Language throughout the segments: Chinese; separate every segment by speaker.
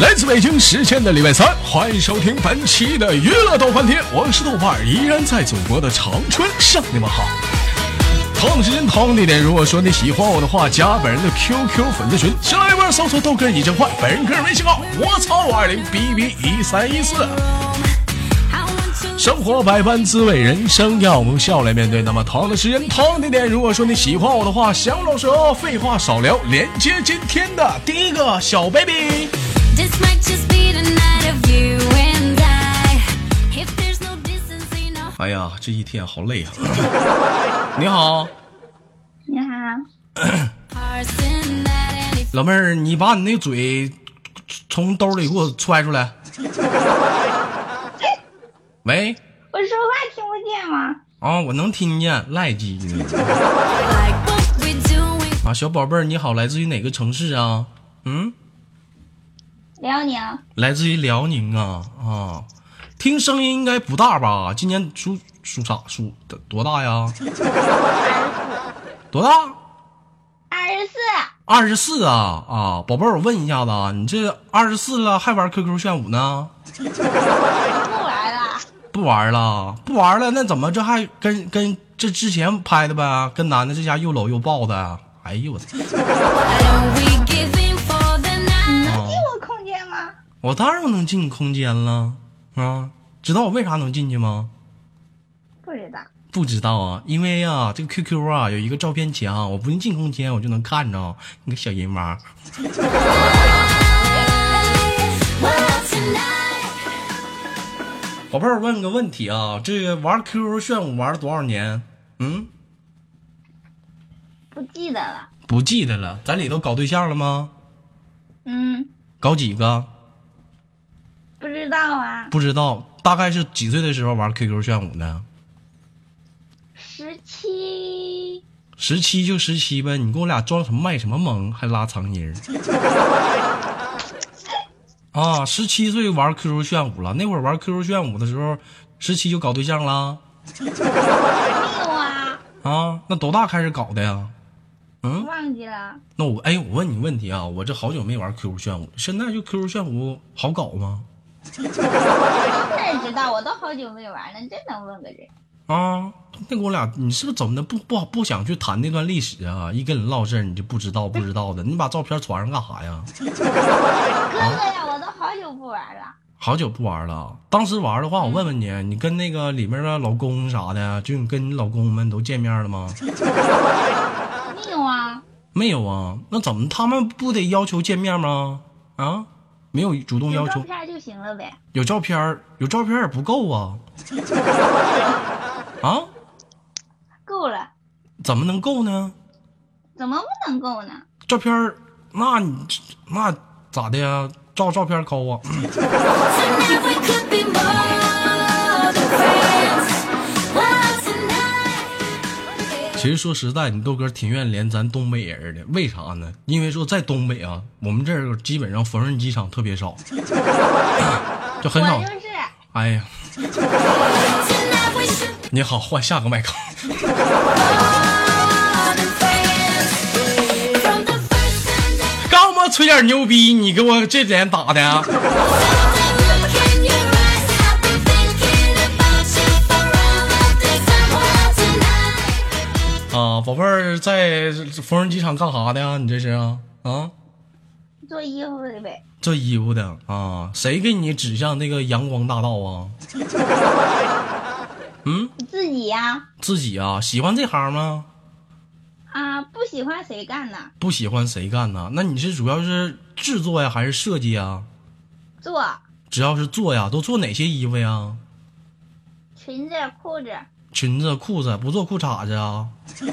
Speaker 1: 来自北京时间的礼拜三，欢迎收听本期的娱乐逗翻天，我是豆瓣儿，依然在祖国的长春向你们好。同样的时间，同样的地点，如果说你喜欢我的话，加本人的 QQ 粉丝群，新浪微博搜索豆哥已经换，本人个人微信号我操五二零 bb 一三一四。生活百般滋味，人生要用笑来面对。那么同样的时间，同样的地点，如果说你喜欢我的话，想老舌，废话少聊，连接今天的第一个小 baby。
Speaker 2: This might just be the night of you and I. If there's no distance, you know.
Speaker 1: 哎呀，这一天好累啊！ 你好，
Speaker 3: 你好，
Speaker 2: Parson that any
Speaker 1: 老妹儿，你把你那嘴从兜里给我揣出来。 喂，
Speaker 3: 我说话听不见吗？
Speaker 1: 啊，我能听见，赖鸡呢
Speaker 2: like what we're doing.
Speaker 1: 啊，小宝贝儿，你好，来自于哪个城市啊？嗯，
Speaker 3: 辽宁，
Speaker 1: 来自于辽宁啊啊，听声音应该不大吧？今年属属啥？属多大呀？多大？
Speaker 3: 二十四，
Speaker 1: 二十四啊啊，宝贝儿，我问一下子啊，你这二十四了还玩 QQ 炫舞呢？
Speaker 3: 不玩了，
Speaker 1: 不玩了，不玩了，那怎么这还跟跟这之前拍的呗？跟男的这家又搂又抱的，哎呦我操！
Speaker 2: Why don't we give in for the night?
Speaker 3: 进我空间吗？
Speaker 1: 我当然能进你空间了啊！知道我为啥能进去吗？
Speaker 3: 不知道，
Speaker 1: 不知道啊，因为啊，这个 QQ 啊有一个照片墙，我不用进空间，我就能看着你个小人娃。
Speaker 2: Well, tonight.
Speaker 1: 宝贝儿，我问个问题啊，这个玩 QQ 炫舞玩了多少年？嗯，
Speaker 3: 不记得了。
Speaker 1: 不记得了。咱里头搞对象了吗？
Speaker 3: 嗯，
Speaker 1: 搞几个？
Speaker 3: 不知道啊，
Speaker 1: 不知道，大概是几岁的时候玩 QQ 炫舞的？
Speaker 3: 十七，
Speaker 1: 十七就十七呗，你跟我俩装什么卖什么萌，还拉长音儿。啊，十七岁玩 QQ 炫舞了，那会儿玩 QQ 炫舞的时候，十七就搞对象了
Speaker 3: 没有啊，
Speaker 1: 啊？那多大开始搞的呀？嗯，
Speaker 3: 忘记了，
Speaker 1: 那我哎，我问你问题啊，我这好久没玩 QQ 炫舞了，现在就 QQ 炫舞好搞吗？
Speaker 3: 哪知道？我都好久没玩了，真能问个人。
Speaker 1: 啊，那给我俩，你是不是怎么的不不好不想去谈那段历史啊？一跟人唠事儿，你就不知道不知道的，你把照片传上干啥呀？
Speaker 3: 哥哥呀，我都好久不玩了，
Speaker 1: 好久不玩了。啊当时玩的话，我问问你，你跟那个里面的老公啥的，就你跟你老公们都见面了吗？
Speaker 3: 没有啊，
Speaker 1: 没有啊，那怎么他们不得要求见面吗？啊，没有主动要
Speaker 3: 有照
Speaker 1: 求，
Speaker 3: 片就行了呗。
Speaker 1: 有照片儿，有照片儿也不够啊。啊，
Speaker 3: 够了，
Speaker 1: 怎么能够呢？
Speaker 3: 怎么不能够呢？
Speaker 1: 照片儿，那你那咋的呀？照照片儿抠啊？
Speaker 2: Tonight we could be more than friends. Well, tonight.
Speaker 1: 其实说实在，你豆哥挺愿意连咱东北人儿的，为啥呢？因为说在东北啊，我们这儿基本上缝纫机厂特别少，就很少
Speaker 3: 我。就是，
Speaker 1: 哎呀，
Speaker 2: Tonight we should be
Speaker 1: 你好，换下个麦克。
Speaker 2: more than friends. From the first time that
Speaker 1: 刚我妈吹点牛逼，你给我这脸打的、啊
Speaker 2: I look in your eyes, I've been thinking about you forever. Cause I'm wild tonight.
Speaker 1: 啊！宝贝儿，在缝纫机厂干啥的呀？你这是啊？啊，
Speaker 3: 做衣服的呗。
Speaker 1: 做衣服的啊？谁给你指向那个阳光大道啊？
Speaker 3: 你自己呀、
Speaker 1: 自己啊？喜欢这行吗？
Speaker 3: 啊，不喜欢谁干呢？
Speaker 1: 不喜欢谁干呢？那你是主要是制作呀，还是设计呀？
Speaker 3: 做
Speaker 1: 只要是做呀，都做哪些衣服呀？
Speaker 3: 裙子、裤子，
Speaker 1: 裙子、裤子，不做裤衩子啊？
Speaker 3: 裤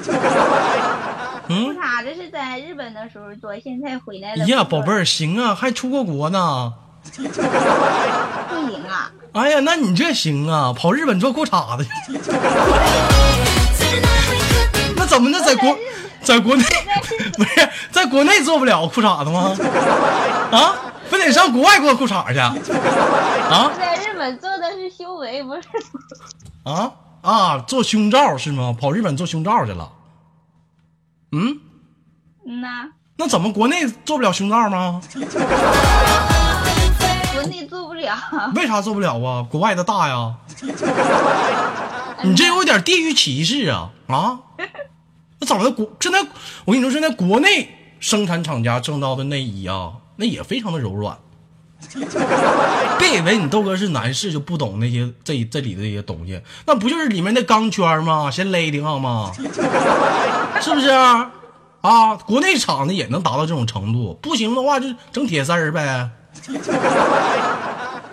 Speaker 1: 嗯，
Speaker 3: 衩子是在日本的时候做，现在回来了。
Speaker 1: 呀，宝贝，儿，行啊，还出过国呢。
Speaker 3: 不行啊！
Speaker 1: 哎呀，那你这行啊，跑日本做裤衩子去，
Speaker 2: Tonight we could be
Speaker 1: 那怎么的，在国，在国内 不是在国内做不了裤衩子吗？啊，非得上国外做裤衩去啊
Speaker 3: 在日本做的是修为，不是
Speaker 1: 啊啊！做胸罩是吗？跑日本做胸罩去了？嗯，
Speaker 3: 嗯呐。
Speaker 1: 那怎么国内做不了胸罩吗？
Speaker 2: Tonight
Speaker 3: 国内做不了。
Speaker 1: 为啥做不了啊？国外的大呀！你这有点地域歧视啊啊！那早在国现在，我跟你说，现在国内生产厂家挣到的内衣啊，那也非常的柔软。别以为你豆哥是男士就不懂那些这这里的这些东西，那不就是里面的钢圈吗？先勒的上吗？是不是啊？啊，国内厂子也能达到这种程度，不行的话就整铁丝儿呗，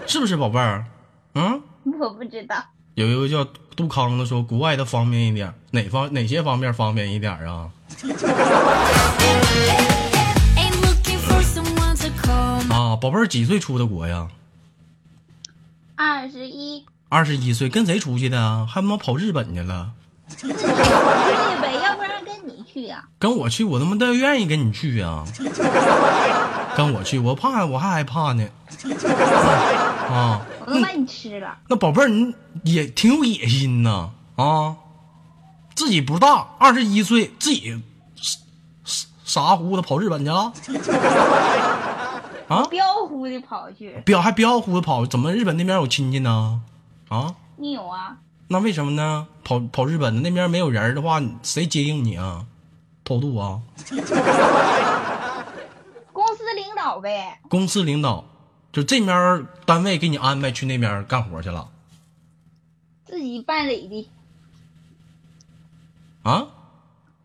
Speaker 1: 是不是宝贝儿？嗯。
Speaker 3: 我不知道，
Speaker 1: 有一个叫杜康的说，国外的方便一点，哪方哪些方面方便一点啊？
Speaker 2: Ain't looking for someone to call.
Speaker 1: 啊，宝贝儿几岁出的国呀？
Speaker 3: 二十一，
Speaker 1: 二十一岁，跟谁出去的啊？还他妈跑日本去了？
Speaker 3: 日本，要不然跟你去啊？
Speaker 1: 跟我去，我他妈倒愿意跟你去啊！ 跟我去，我怕，我还害怕呢。 啊，
Speaker 3: 我都把你吃了。
Speaker 1: 那宝贝儿你也挺有野心呐啊！自己不大，二十一岁，自己傻傻傻乎乎的跑日本去了，
Speaker 3: 彪呼的跑去，
Speaker 1: 彪还彪呼的跑，怎么日本那边有亲戚呢？啊？
Speaker 3: 你有啊？
Speaker 1: 那为什么呢？跑跑日本的那边没有人儿的话，你谁接应你啊？偷渡啊？
Speaker 3: 公司领导呗，
Speaker 1: 公司领导就这面儿单位给你安排去那边儿干活去了
Speaker 3: 自己办理的。
Speaker 1: 啊？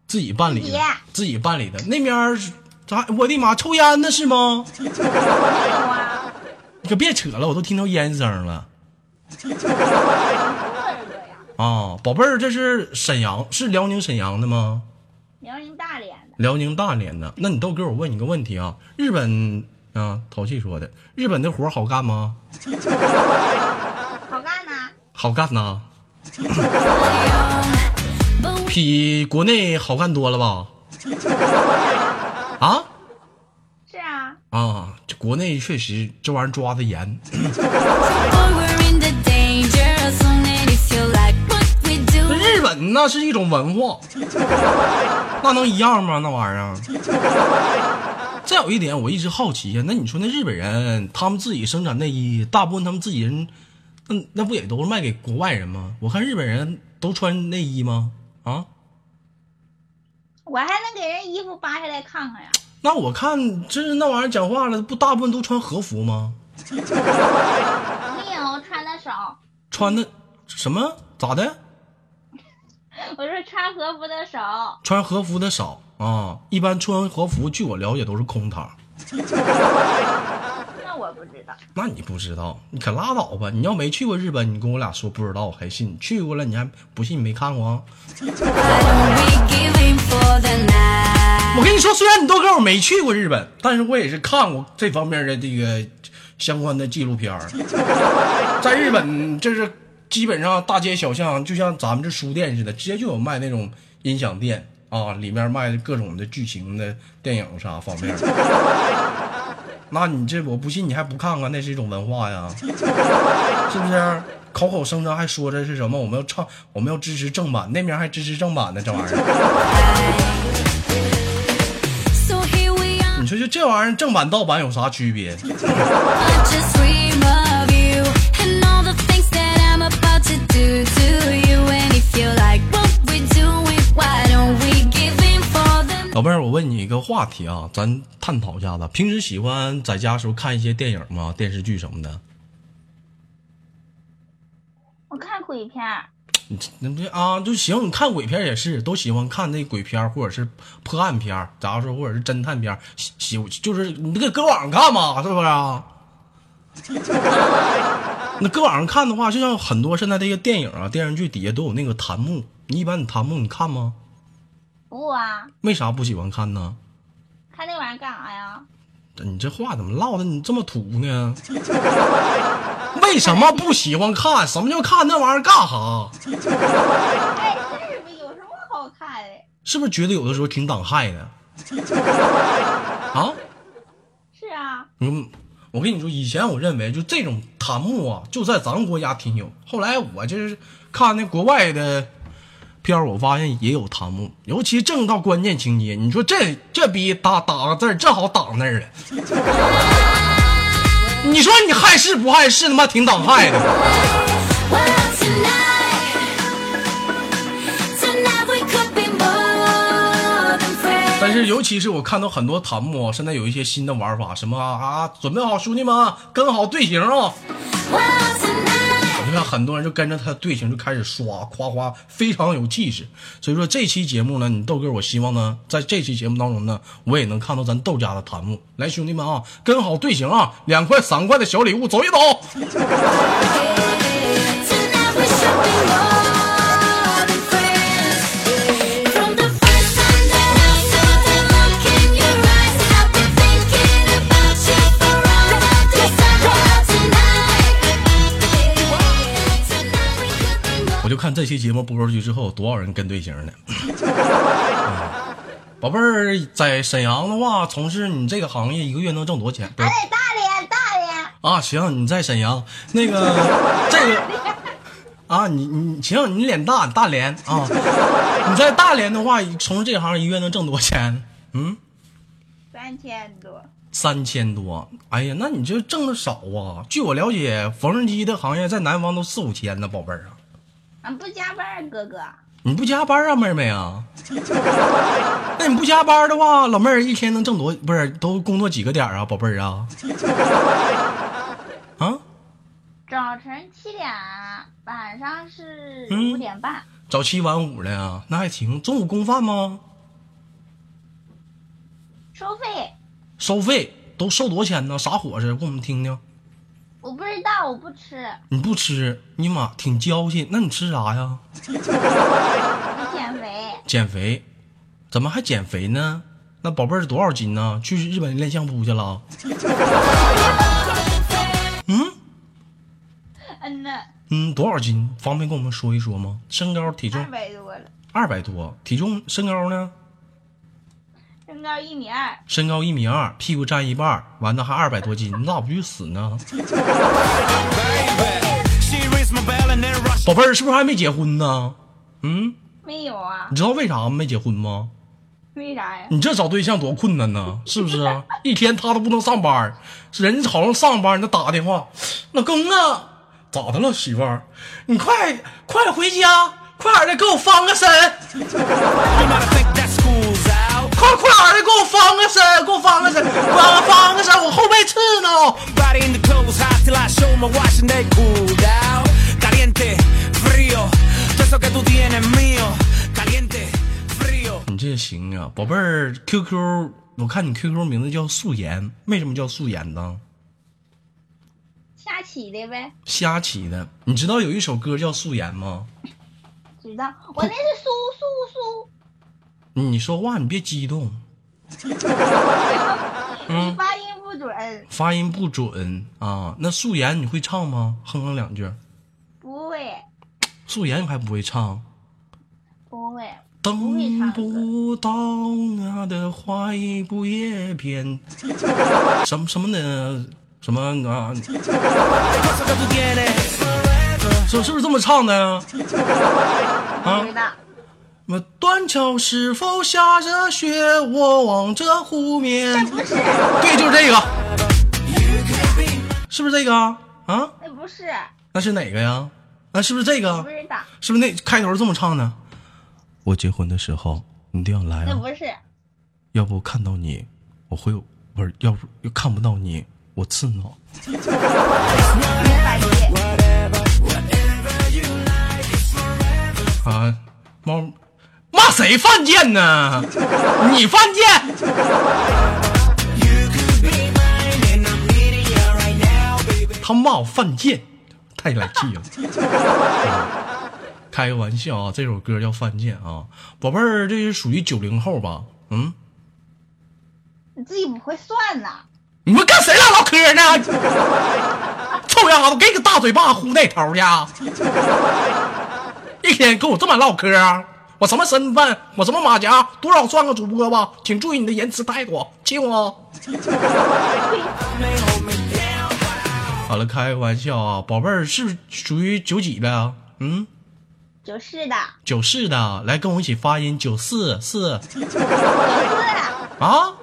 Speaker 1: 自己办理
Speaker 3: 自
Speaker 1: 的
Speaker 3: 己，
Speaker 1: 自己办理的。那边儿是咋？我的妈，抽烟呢是吗？
Speaker 3: 没有啊？
Speaker 1: 你可别扯了，我都听到烟声了
Speaker 3: 我耳朵呀，
Speaker 1: 啊！宝贝儿，这是沈阳，是辽宁沈阳的吗？
Speaker 3: 辽宁大连的，
Speaker 1: 辽宁大连的。那你豆哥，我问你个问题啊，日本啊，淘气说的，日本的活儿好干吗？
Speaker 3: 好干呐、
Speaker 1: 好干呐，比国内好干多了吧？ 啊
Speaker 3: 是啊，
Speaker 1: 啊，这国内确实这玩意儿抓的严。
Speaker 2: Boy, we're in the danger zone, and if you like what we do,
Speaker 1: 这日本那是一种文化，那能一样吗？那玩意儿。再有一点，我一直好奇呀，那你说那日本人他们自己生产内衣，大部分他们自己人，那那不也都是卖给国外人吗？我看日本人都穿内衣吗？啊？
Speaker 3: 我还能给人衣服扒下来看看呀？
Speaker 1: 那我看这那玩意儿讲话了，不大部分都穿和服吗？
Speaker 3: 没有，穿的少。
Speaker 1: 穿的什么？咋的？
Speaker 3: 我说穿和服的少，
Speaker 1: 穿和服的少啊？一般穿和服，据我了解都是空衩儿。
Speaker 3: 那我不知道。
Speaker 1: 那你不知道，你可拉倒吧！你要没去过日本，你跟我俩说不知道，我还信？你去过了，你还不信？你没看过啊？
Speaker 2: why don't we give in for the night?
Speaker 1: 我跟你说，虽然你豆哥我没去过日本，但是我也是看过这方面的这个相关的纪录片儿。在日本，这是基本上大街小巷，就像咱们这书店似的，直接就有卖那种音响店啊，里面卖的各种的剧情的电影啥方面儿。那你这我不信，你还不看看？那是一种文化呀，是不是？口口声声还说这是什么？我们要唱，我们要支持正版，那面还支持正版呢，这玩意儿。
Speaker 2: So here we are,
Speaker 1: 你说就这玩意儿，正版盗版有啥区别？
Speaker 2: I just dream of you and all the things that I'm about to do to you. And if you like what we're doing, why don't we give in for the night?
Speaker 1: 老妹儿，我问你一个话题啊，咱探讨一下子。平时喜欢在家时候看一些电影吗？电视剧什么的？
Speaker 3: 我看鬼片儿，
Speaker 1: 你那这啊就行，你看鬼片也是，都喜欢看那鬼片儿或者是破案片儿，假如说或者是侦探片儿，喜喜就是你这个搁网上看嘛，是不是啊？ 那搁网上看的话，就像很多现在这个电影啊、电视剧底下都有那个弹幕，你一般你弹幕你看吗？
Speaker 3: 不啊，
Speaker 1: 为啥不喜欢看呢？
Speaker 3: 看那玩意儿干啥呀？
Speaker 1: 你这话怎么唠的你这么土呢？ 为什么不喜欢看？什么叫看那玩意儿干啥？
Speaker 3: 哎，是不有什么好看的？
Speaker 1: 是不是觉得有的时候挺挡害的？啊？
Speaker 3: 是啊，
Speaker 1: 嗯，我跟你说，以前我认为就这种弹幕啊，就在咱们国家挺有。后来我就是看那国外的片儿，我发现也有弹幕，尤其正到关键情节，你说这这逼打打个字儿，正好挡那儿了。 你说你害是不害？是他妈挺党害的。
Speaker 2: Well, tonight, tonight we could be more than friends.
Speaker 1: 但是尤其是我看到很多弹幕啊，现在有一些新的玩法，什么啊，准备好兄弟们啊，跟好队形啊。
Speaker 2: Well, tonight,
Speaker 1: 我就看很多人就跟着他的队形就开始刷，夸夸，非常有气势。所以说这期节目呢，你豆哥，我希望呢，在这期节目当中呢，我也能看到咱豆家的弹幕。来，兄弟们啊，跟好队形啊，两块三块的小礼物走一走。
Speaker 2: tonight we should be more than friends. From the first time that I saw the look in your eyes, I've been thinking about you for all of this time. Well, tonight, tonight we could be more.
Speaker 1: 我就看这期节目播出去之后，多少人跟队形呢？ 嗯宝贝儿，在沈阳的话，从事你这个行业，一个月能挣多少钱？不是
Speaker 3: 还得哎大连，大连，
Speaker 1: 啊，行，你在沈阳，那个这个啊，你你行，你脸大，大连啊，你在大连的话，从事这行一个月能挣多少钱？嗯，
Speaker 3: 三千多。
Speaker 1: 三千多。哎呀，那你这挣的少啊。据我了解，缝纫机的行业在南方都四五千呢，宝贝儿啊，
Speaker 3: 俺不加班儿，哥哥，
Speaker 1: 你不加班啊，妹妹啊？ 那你不加班的话，老妹儿一天能挣多不是都工作几个点儿啊，宝贝儿啊？ 啊？
Speaker 3: 早晨七点，晚上是
Speaker 1: 嗯
Speaker 3: 五点半。
Speaker 1: 早七晚五的呀，那还行。中午公饭吗？
Speaker 3: 收费
Speaker 1: 收费都收多少钱呢？啥伙食？给我们听听。
Speaker 3: 我不知道，我不吃，
Speaker 1: 你不吃，你妈挺娇气。那你吃啥呀？
Speaker 3: 我减肥。
Speaker 1: 减肥，怎么还减肥呢？那宝贝儿多少斤呢？去日本练相扑去了？嗯
Speaker 3: 嗯呐，
Speaker 1: 嗯，多少斤？方便跟我们说一说吗？身高体重
Speaker 3: 二百多了，
Speaker 1: 二百多，体重身高呢？
Speaker 3: 身高一米二，
Speaker 1: 身高一米二，屁股占一半儿，完了还二百多斤，你咋不去死呢？
Speaker 4: She raised my bell and then rushed.
Speaker 1: 宝贝儿是不是还没结婚呢？嗯，
Speaker 3: 没有啊
Speaker 1: 你？知道为啥没结婚吗？
Speaker 3: 为啥呀？
Speaker 1: 你这找对象多困难呢，是不是啊？一天他都不能上班儿，人好像上班儿，那打电话，老公啊，咋的了，媳妇儿？你快快回家，快点儿的给我翻个身，
Speaker 4: You might think that school's out.
Speaker 1: 快快点儿的给我翻个身，给我翻个身，我翻个身，我后背刺呢。
Speaker 4: Body in the clothes hot till I show my watch and they cool down. Caliente, frío. Todo eso que tú tienes es mío. Caliente, frío.
Speaker 1: 你这行啊，宝贝儿，QQ，我看你 QQ 名字叫素颜，为什么叫素颜呢？
Speaker 3: 瞎起的呗。
Speaker 1: 瞎起的。你知道有一首歌叫《素颜》吗？
Speaker 3: 知道，我那是苏苏苏，
Speaker 1: 你说话你别激动，嗯
Speaker 3: 你发音不准，
Speaker 1: 发音不准啊！那素颜你会唱吗？哼哼两句。
Speaker 3: 不会，
Speaker 1: 素颜你还不会唱？
Speaker 3: 不会，会
Speaker 1: 等
Speaker 3: 唱
Speaker 1: 不到那的花一不叶片，什么什么的什么啊？
Speaker 4: Todo eso que tú tienes forever.
Speaker 1: 是是不是这么唱的？
Speaker 3: 不知道。
Speaker 1: 那断桥是否下着雪？我望着湖面。
Speaker 3: 不是，
Speaker 1: 对，就是这个，是不是这个啊？啊
Speaker 3: 那不是，
Speaker 1: 那是哪个呀？那是不是这个？
Speaker 3: 不知道，
Speaker 1: 是不是那开头是这么唱的？我结婚的时候你一定要来
Speaker 3: 那
Speaker 1: 啊，
Speaker 3: 不是，
Speaker 1: 要不看到你我会不是，要不又看不到你我刺挠。
Speaker 3: 没发音。
Speaker 1: 啊，猫骂谁犯贱呢？你犯贱！他骂我犯贱，太来气了。啊开个玩笑啊，这首歌叫《犯贱》啊，宝贝儿，这是属于九零后吧？嗯，
Speaker 3: 你自己不会算呐？
Speaker 1: 你们跟谁俩唠嗑呢？臭丫头，给你个大嘴巴呼那头去！啊一天跟我这么唠嗑啊，我什么身份？我什么马甲？多少算个主播吧？请注意你的言辞态度，亲我。好了，开个玩笑啊，宝贝儿是属于九几的啊？嗯，
Speaker 3: 就是的，
Speaker 1: 九四的，来跟我一起发音，九四四
Speaker 3: 九四，
Speaker 1: 啊，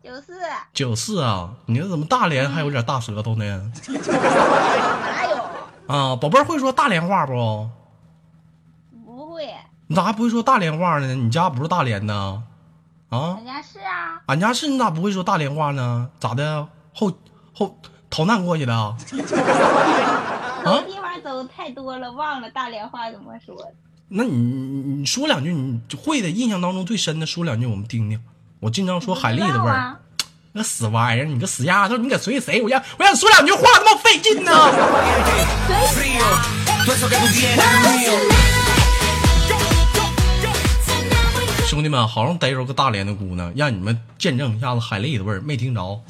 Speaker 3: 九四，四，
Speaker 1: 九四啊，你怎么大连还有点大舌头呢？
Speaker 3: 哪有？
Speaker 1: 啊，宝贝儿会说大连话不？
Speaker 3: 不会，
Speaker 1: 你咋还不会说大连话呢？你家不是大连的？啊，
Speaker 3: 人家是啊，
Speaker 1: 俺家是你咋不会说大连话呢？咋的？后后逃难过去的啊？
Speaker 3: 走地方走太多了，忘了大连话怎么说的。
Speaker 1: 那你你你说两句，你会的印象当中最深的说两句，我们听听。我经常说海蛎的味儿，
Speaker 3: 啊，
Speaker 1: 那死玩意儿，你个死丫头，你搁随谁？我让我让你说两句话，他妈费劲呢。
Speaker 4: frío. Todo eso que tú tienes es mío.
Speaker 1: 兄弟们，好像逮着个大连的姑娘，让你们见证一下子海蛎的味儿，没听着。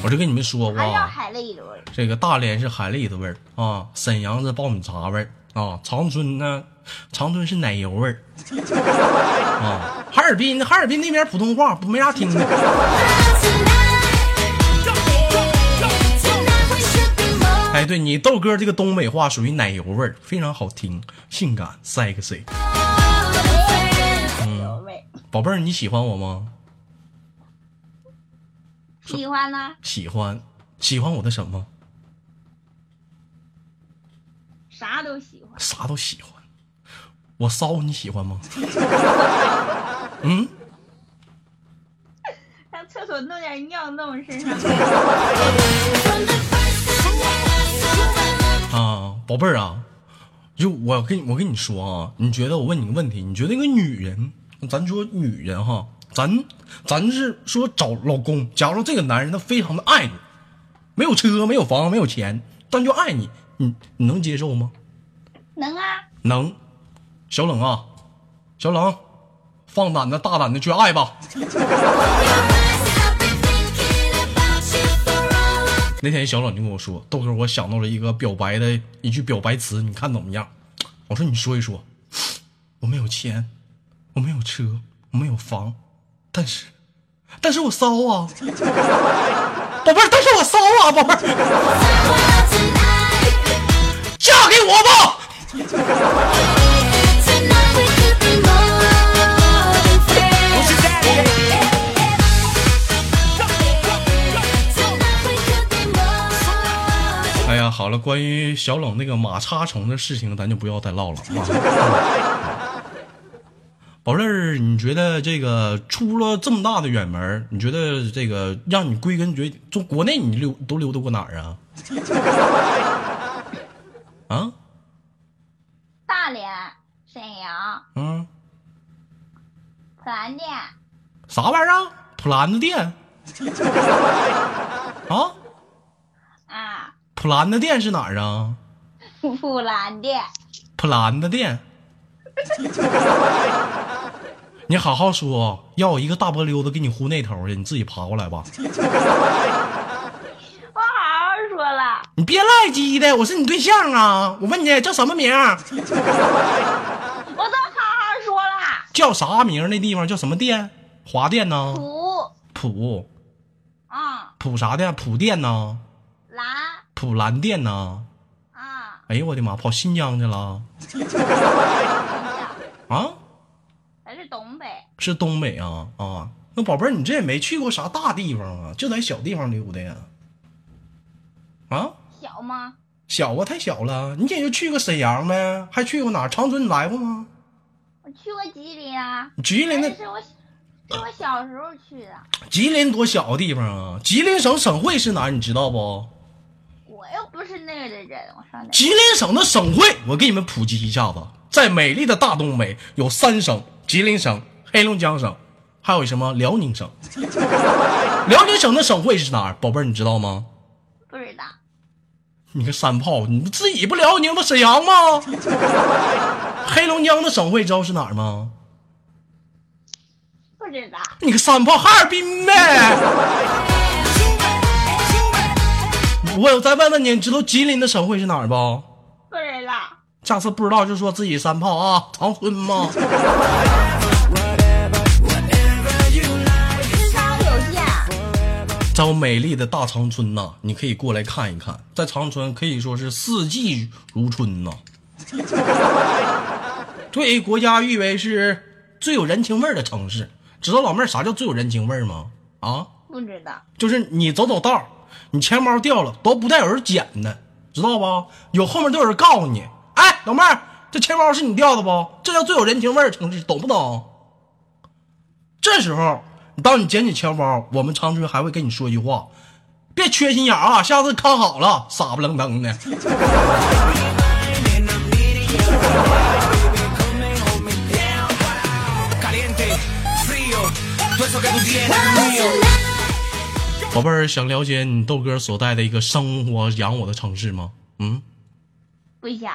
Speaker 1: 我就跟你们说过
Speaker 3: 还要
Speaker 1: 啊，
Speaker 3: 海蛎的味儿。
Speaker 1: 这个大连是海蛎子味儿啊，沈阳是爆米碴味儿啊，长春呢，长春是奶油味儿啊，哈尔滨哈尔滨那边普通话不没啥听的。哎，对你豆哥这个东北话属于奶油味儿，非常好听，性感 sexy。
Speaker 3: 有味儿。
Speaker 1: 宝贝儿，你喜欢我吗？
Speaker 3: 喜欢呢？
Speaker 1: 喜欢，喜欢我的什么？
Speaker 3: 啥都喜欢。
Speaker 1: 啥都喜欢。我骚你喜欢吗？嗯，
Speaker 3: 上厕所弄点尿弄我身上。
Speaker 1: 啊，宝贝儿啊，就我跟你我跟你说啊，你觉得我问你个问题，你觉得一个女人，咱说女人哈，咱咱是说找老公，假如说这个男人他非常的爱你，没有车，没有房，没有钱，但就爱你，你你能接受吗？
Speaker 3: 能啊，
Speaker 1: 能。小冷啊，小冷，放胆的大胆的去爱吧。那天小冷就跟我说：“豆哥，我想到了一个表白的一句表白词，你看怎么样？”我说：“你说一说。”我没有钱，我没有车，我没有房，但是，但是我骚啊， 宝贝儿，但是我骚啊，宝贝儿，嫁给我吧！哎呀，好了，关于小冷那个马叉虫的事情，咱就不要再唠了啊。 宝贝儿，你觉得这个出了这么大的远门儿，你觉得这个让你归根结底，从国内你溜都溜达过哪儿啊？ 啊，
Speaker 3: 大连、沈阳、
Speaker 1: 嗯，
Speaker 3: 普兰店、
Speaker 1: 啥玩意儿啊？普兰的店？ 啊，
Speaker 3: 啊，
Speaker 1: 普兰的店是哪儿啊？
Speaker 3: 普兰店、
Speaker 1: 普兰的店。 你好好说，要我一个大波溜子给你呼那头去，你自己爬过来
Speaker 3: 我
Speaker 1: 吧。
Speaker 3: 好好说了，
Speaker 1: 你别赖鸡的，我是你对象啊！我问你叫什么名儿，
Speaker 3: 我都好好说了。
Speaker 1: 叫啥名儿？那地方叫什么店？华店呢？
Speaker 3: 普，
Speaker 1: 普
Speaker 3: 啊、
Speaker 1: 普啥店？普店呢？
Speaker 3: 兰，
Speaker 1: 普兰店呢？
Speaker 3: 啊、
Speaker 1: 哎呦我的妈，跑新疆去了啊？
Speaker 3: 咱是东北，
Speaker 1: 是东北啊啊！那宝贝儿，你这也没去过啥大地方啊，就在小地方溜达呀？啊，
Speaker 3: 小吗？
Speaker 1: 小啊，太小了，你也就去过沈阳呗，还去过哪儿？长春你来过吗？
Speaker 3: 我去过吉林啊，
Speaker 1: 吉林那
Speaker 3: 那是我，是我小时候去的，
Speaker 1: 吉林多小个地方啊！吉林省省会是哪儿？你知道不？
Speaker 3: 我又不是那儿的人，我上哪儿？
Speaker 1: 吉林省的省会，我给你们普及一下子，在美丽的大东北有三省：吉林省、黑龙江省，还有什么辽宁省。辽宁省的省会是哪儿？宝贝儿，你知道吗？
Speaker 3: 不知道，
Speaker 1: 你个山炮，你不自己不辽宁不沈阳吗？黑龙江的省会知道是哪儿吗？
Speaker 3: 不知道，
Speaker 1: 你个山炮，哈尔滨呗。我再问问你，你知道吉林的省会是哪儿不？
Speaker 3: 不知道。
Speaker 1: 下次不知道就说自己山炮啊，长春吗？
Speaker 3: 智商有限，
Speaker 1: 在我美丽的大长春呐、你可以过来看一看，在长春可以说是四季如春呐、对国家誉为是最有人情味儿的城市。知道老妹儿啥叫最有人情味儿吗？啊，
Speaker 3: 不知道，
Speaker 1: 就是你走走道儿，你钱包掉了都不带有人捡的，知道不？有后面都有人告诉你，哎，老妹儿，这钱包是你掉的不？这叫最有人情味儿的城市，懂不懂？这时候，当你捡起钱包，我们长春还会跟你说一句话：别缺心眼儿啊，下次看好了，傻不愣登的。
Speaker 4: Caliente, frío, todo eso que tú tienes es mío.
Speaker 2: tonight.
Speaker 1: 宝贝儿，想了解你豆哥所在的一个生活养我的城市吗？嗯，
Speaker 3: 不想。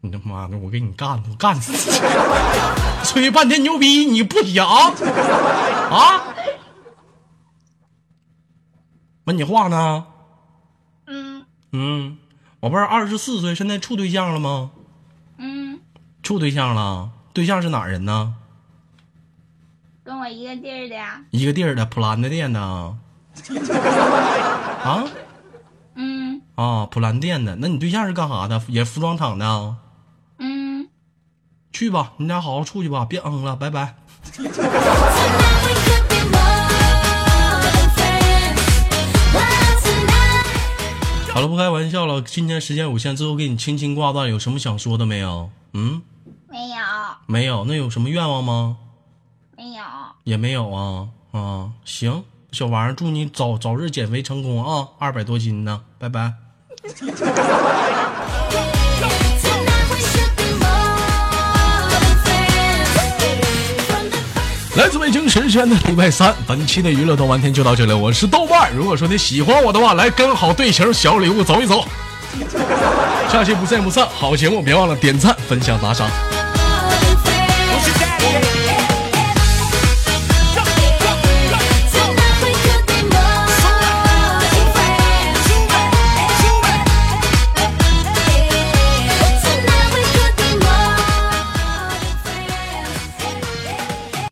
Speaker 1: 你他妈的，我给你干，我干死你！吹半天牛逼，你不想啊？问你话呢？
Speaker 3: 嗯
Speaker 1: 嗯，宝贝儿，二十四岁，现在处对象了吗？
Speaker 3: 嗯，
Speaker 1: 处对象了，对象是哪儿人呢？
Speaker 3: 跟我一个地儿的呀。
Speaker 1: 一个地儿的，普兰的店的啊？啊
Speaker 3: 嗯
Speaker 1: 啊，普兰店的，那你对象是干啥的？也服装厂的啊？
Speaker 3: 嗯，
Speaker 1: 去吧，你俩好好处去吧，别嗯了，拜拜。
Speaker 2: Tonight we could be more than friends. Well, tonight.
Speaker 1: 好了，不开玩笑了，今天时间有限，最后给你轻轻挂断，有什么想说的没有？嗯，
Speaker 3: 没有
Speaker 1: 没有。那有什么愿望吗？
Speaker 3: 没有，
Speaker 1: 也没有啊啊，行，小玩意儿，祝你早早日减肥成功啊，二百多斤呢，拜拜。
Speaker 2: Tonight we should be more than friends. From the first.
Speaker 5: 来自北京时间的礼拜三，本期的娱乐豆瓣天就到这里，我是豆瓣儿。如果说你喜欢我的话，来跟好队形小礼物走一走。下期不见不散，好节目别忘了点赞、分享、打赏。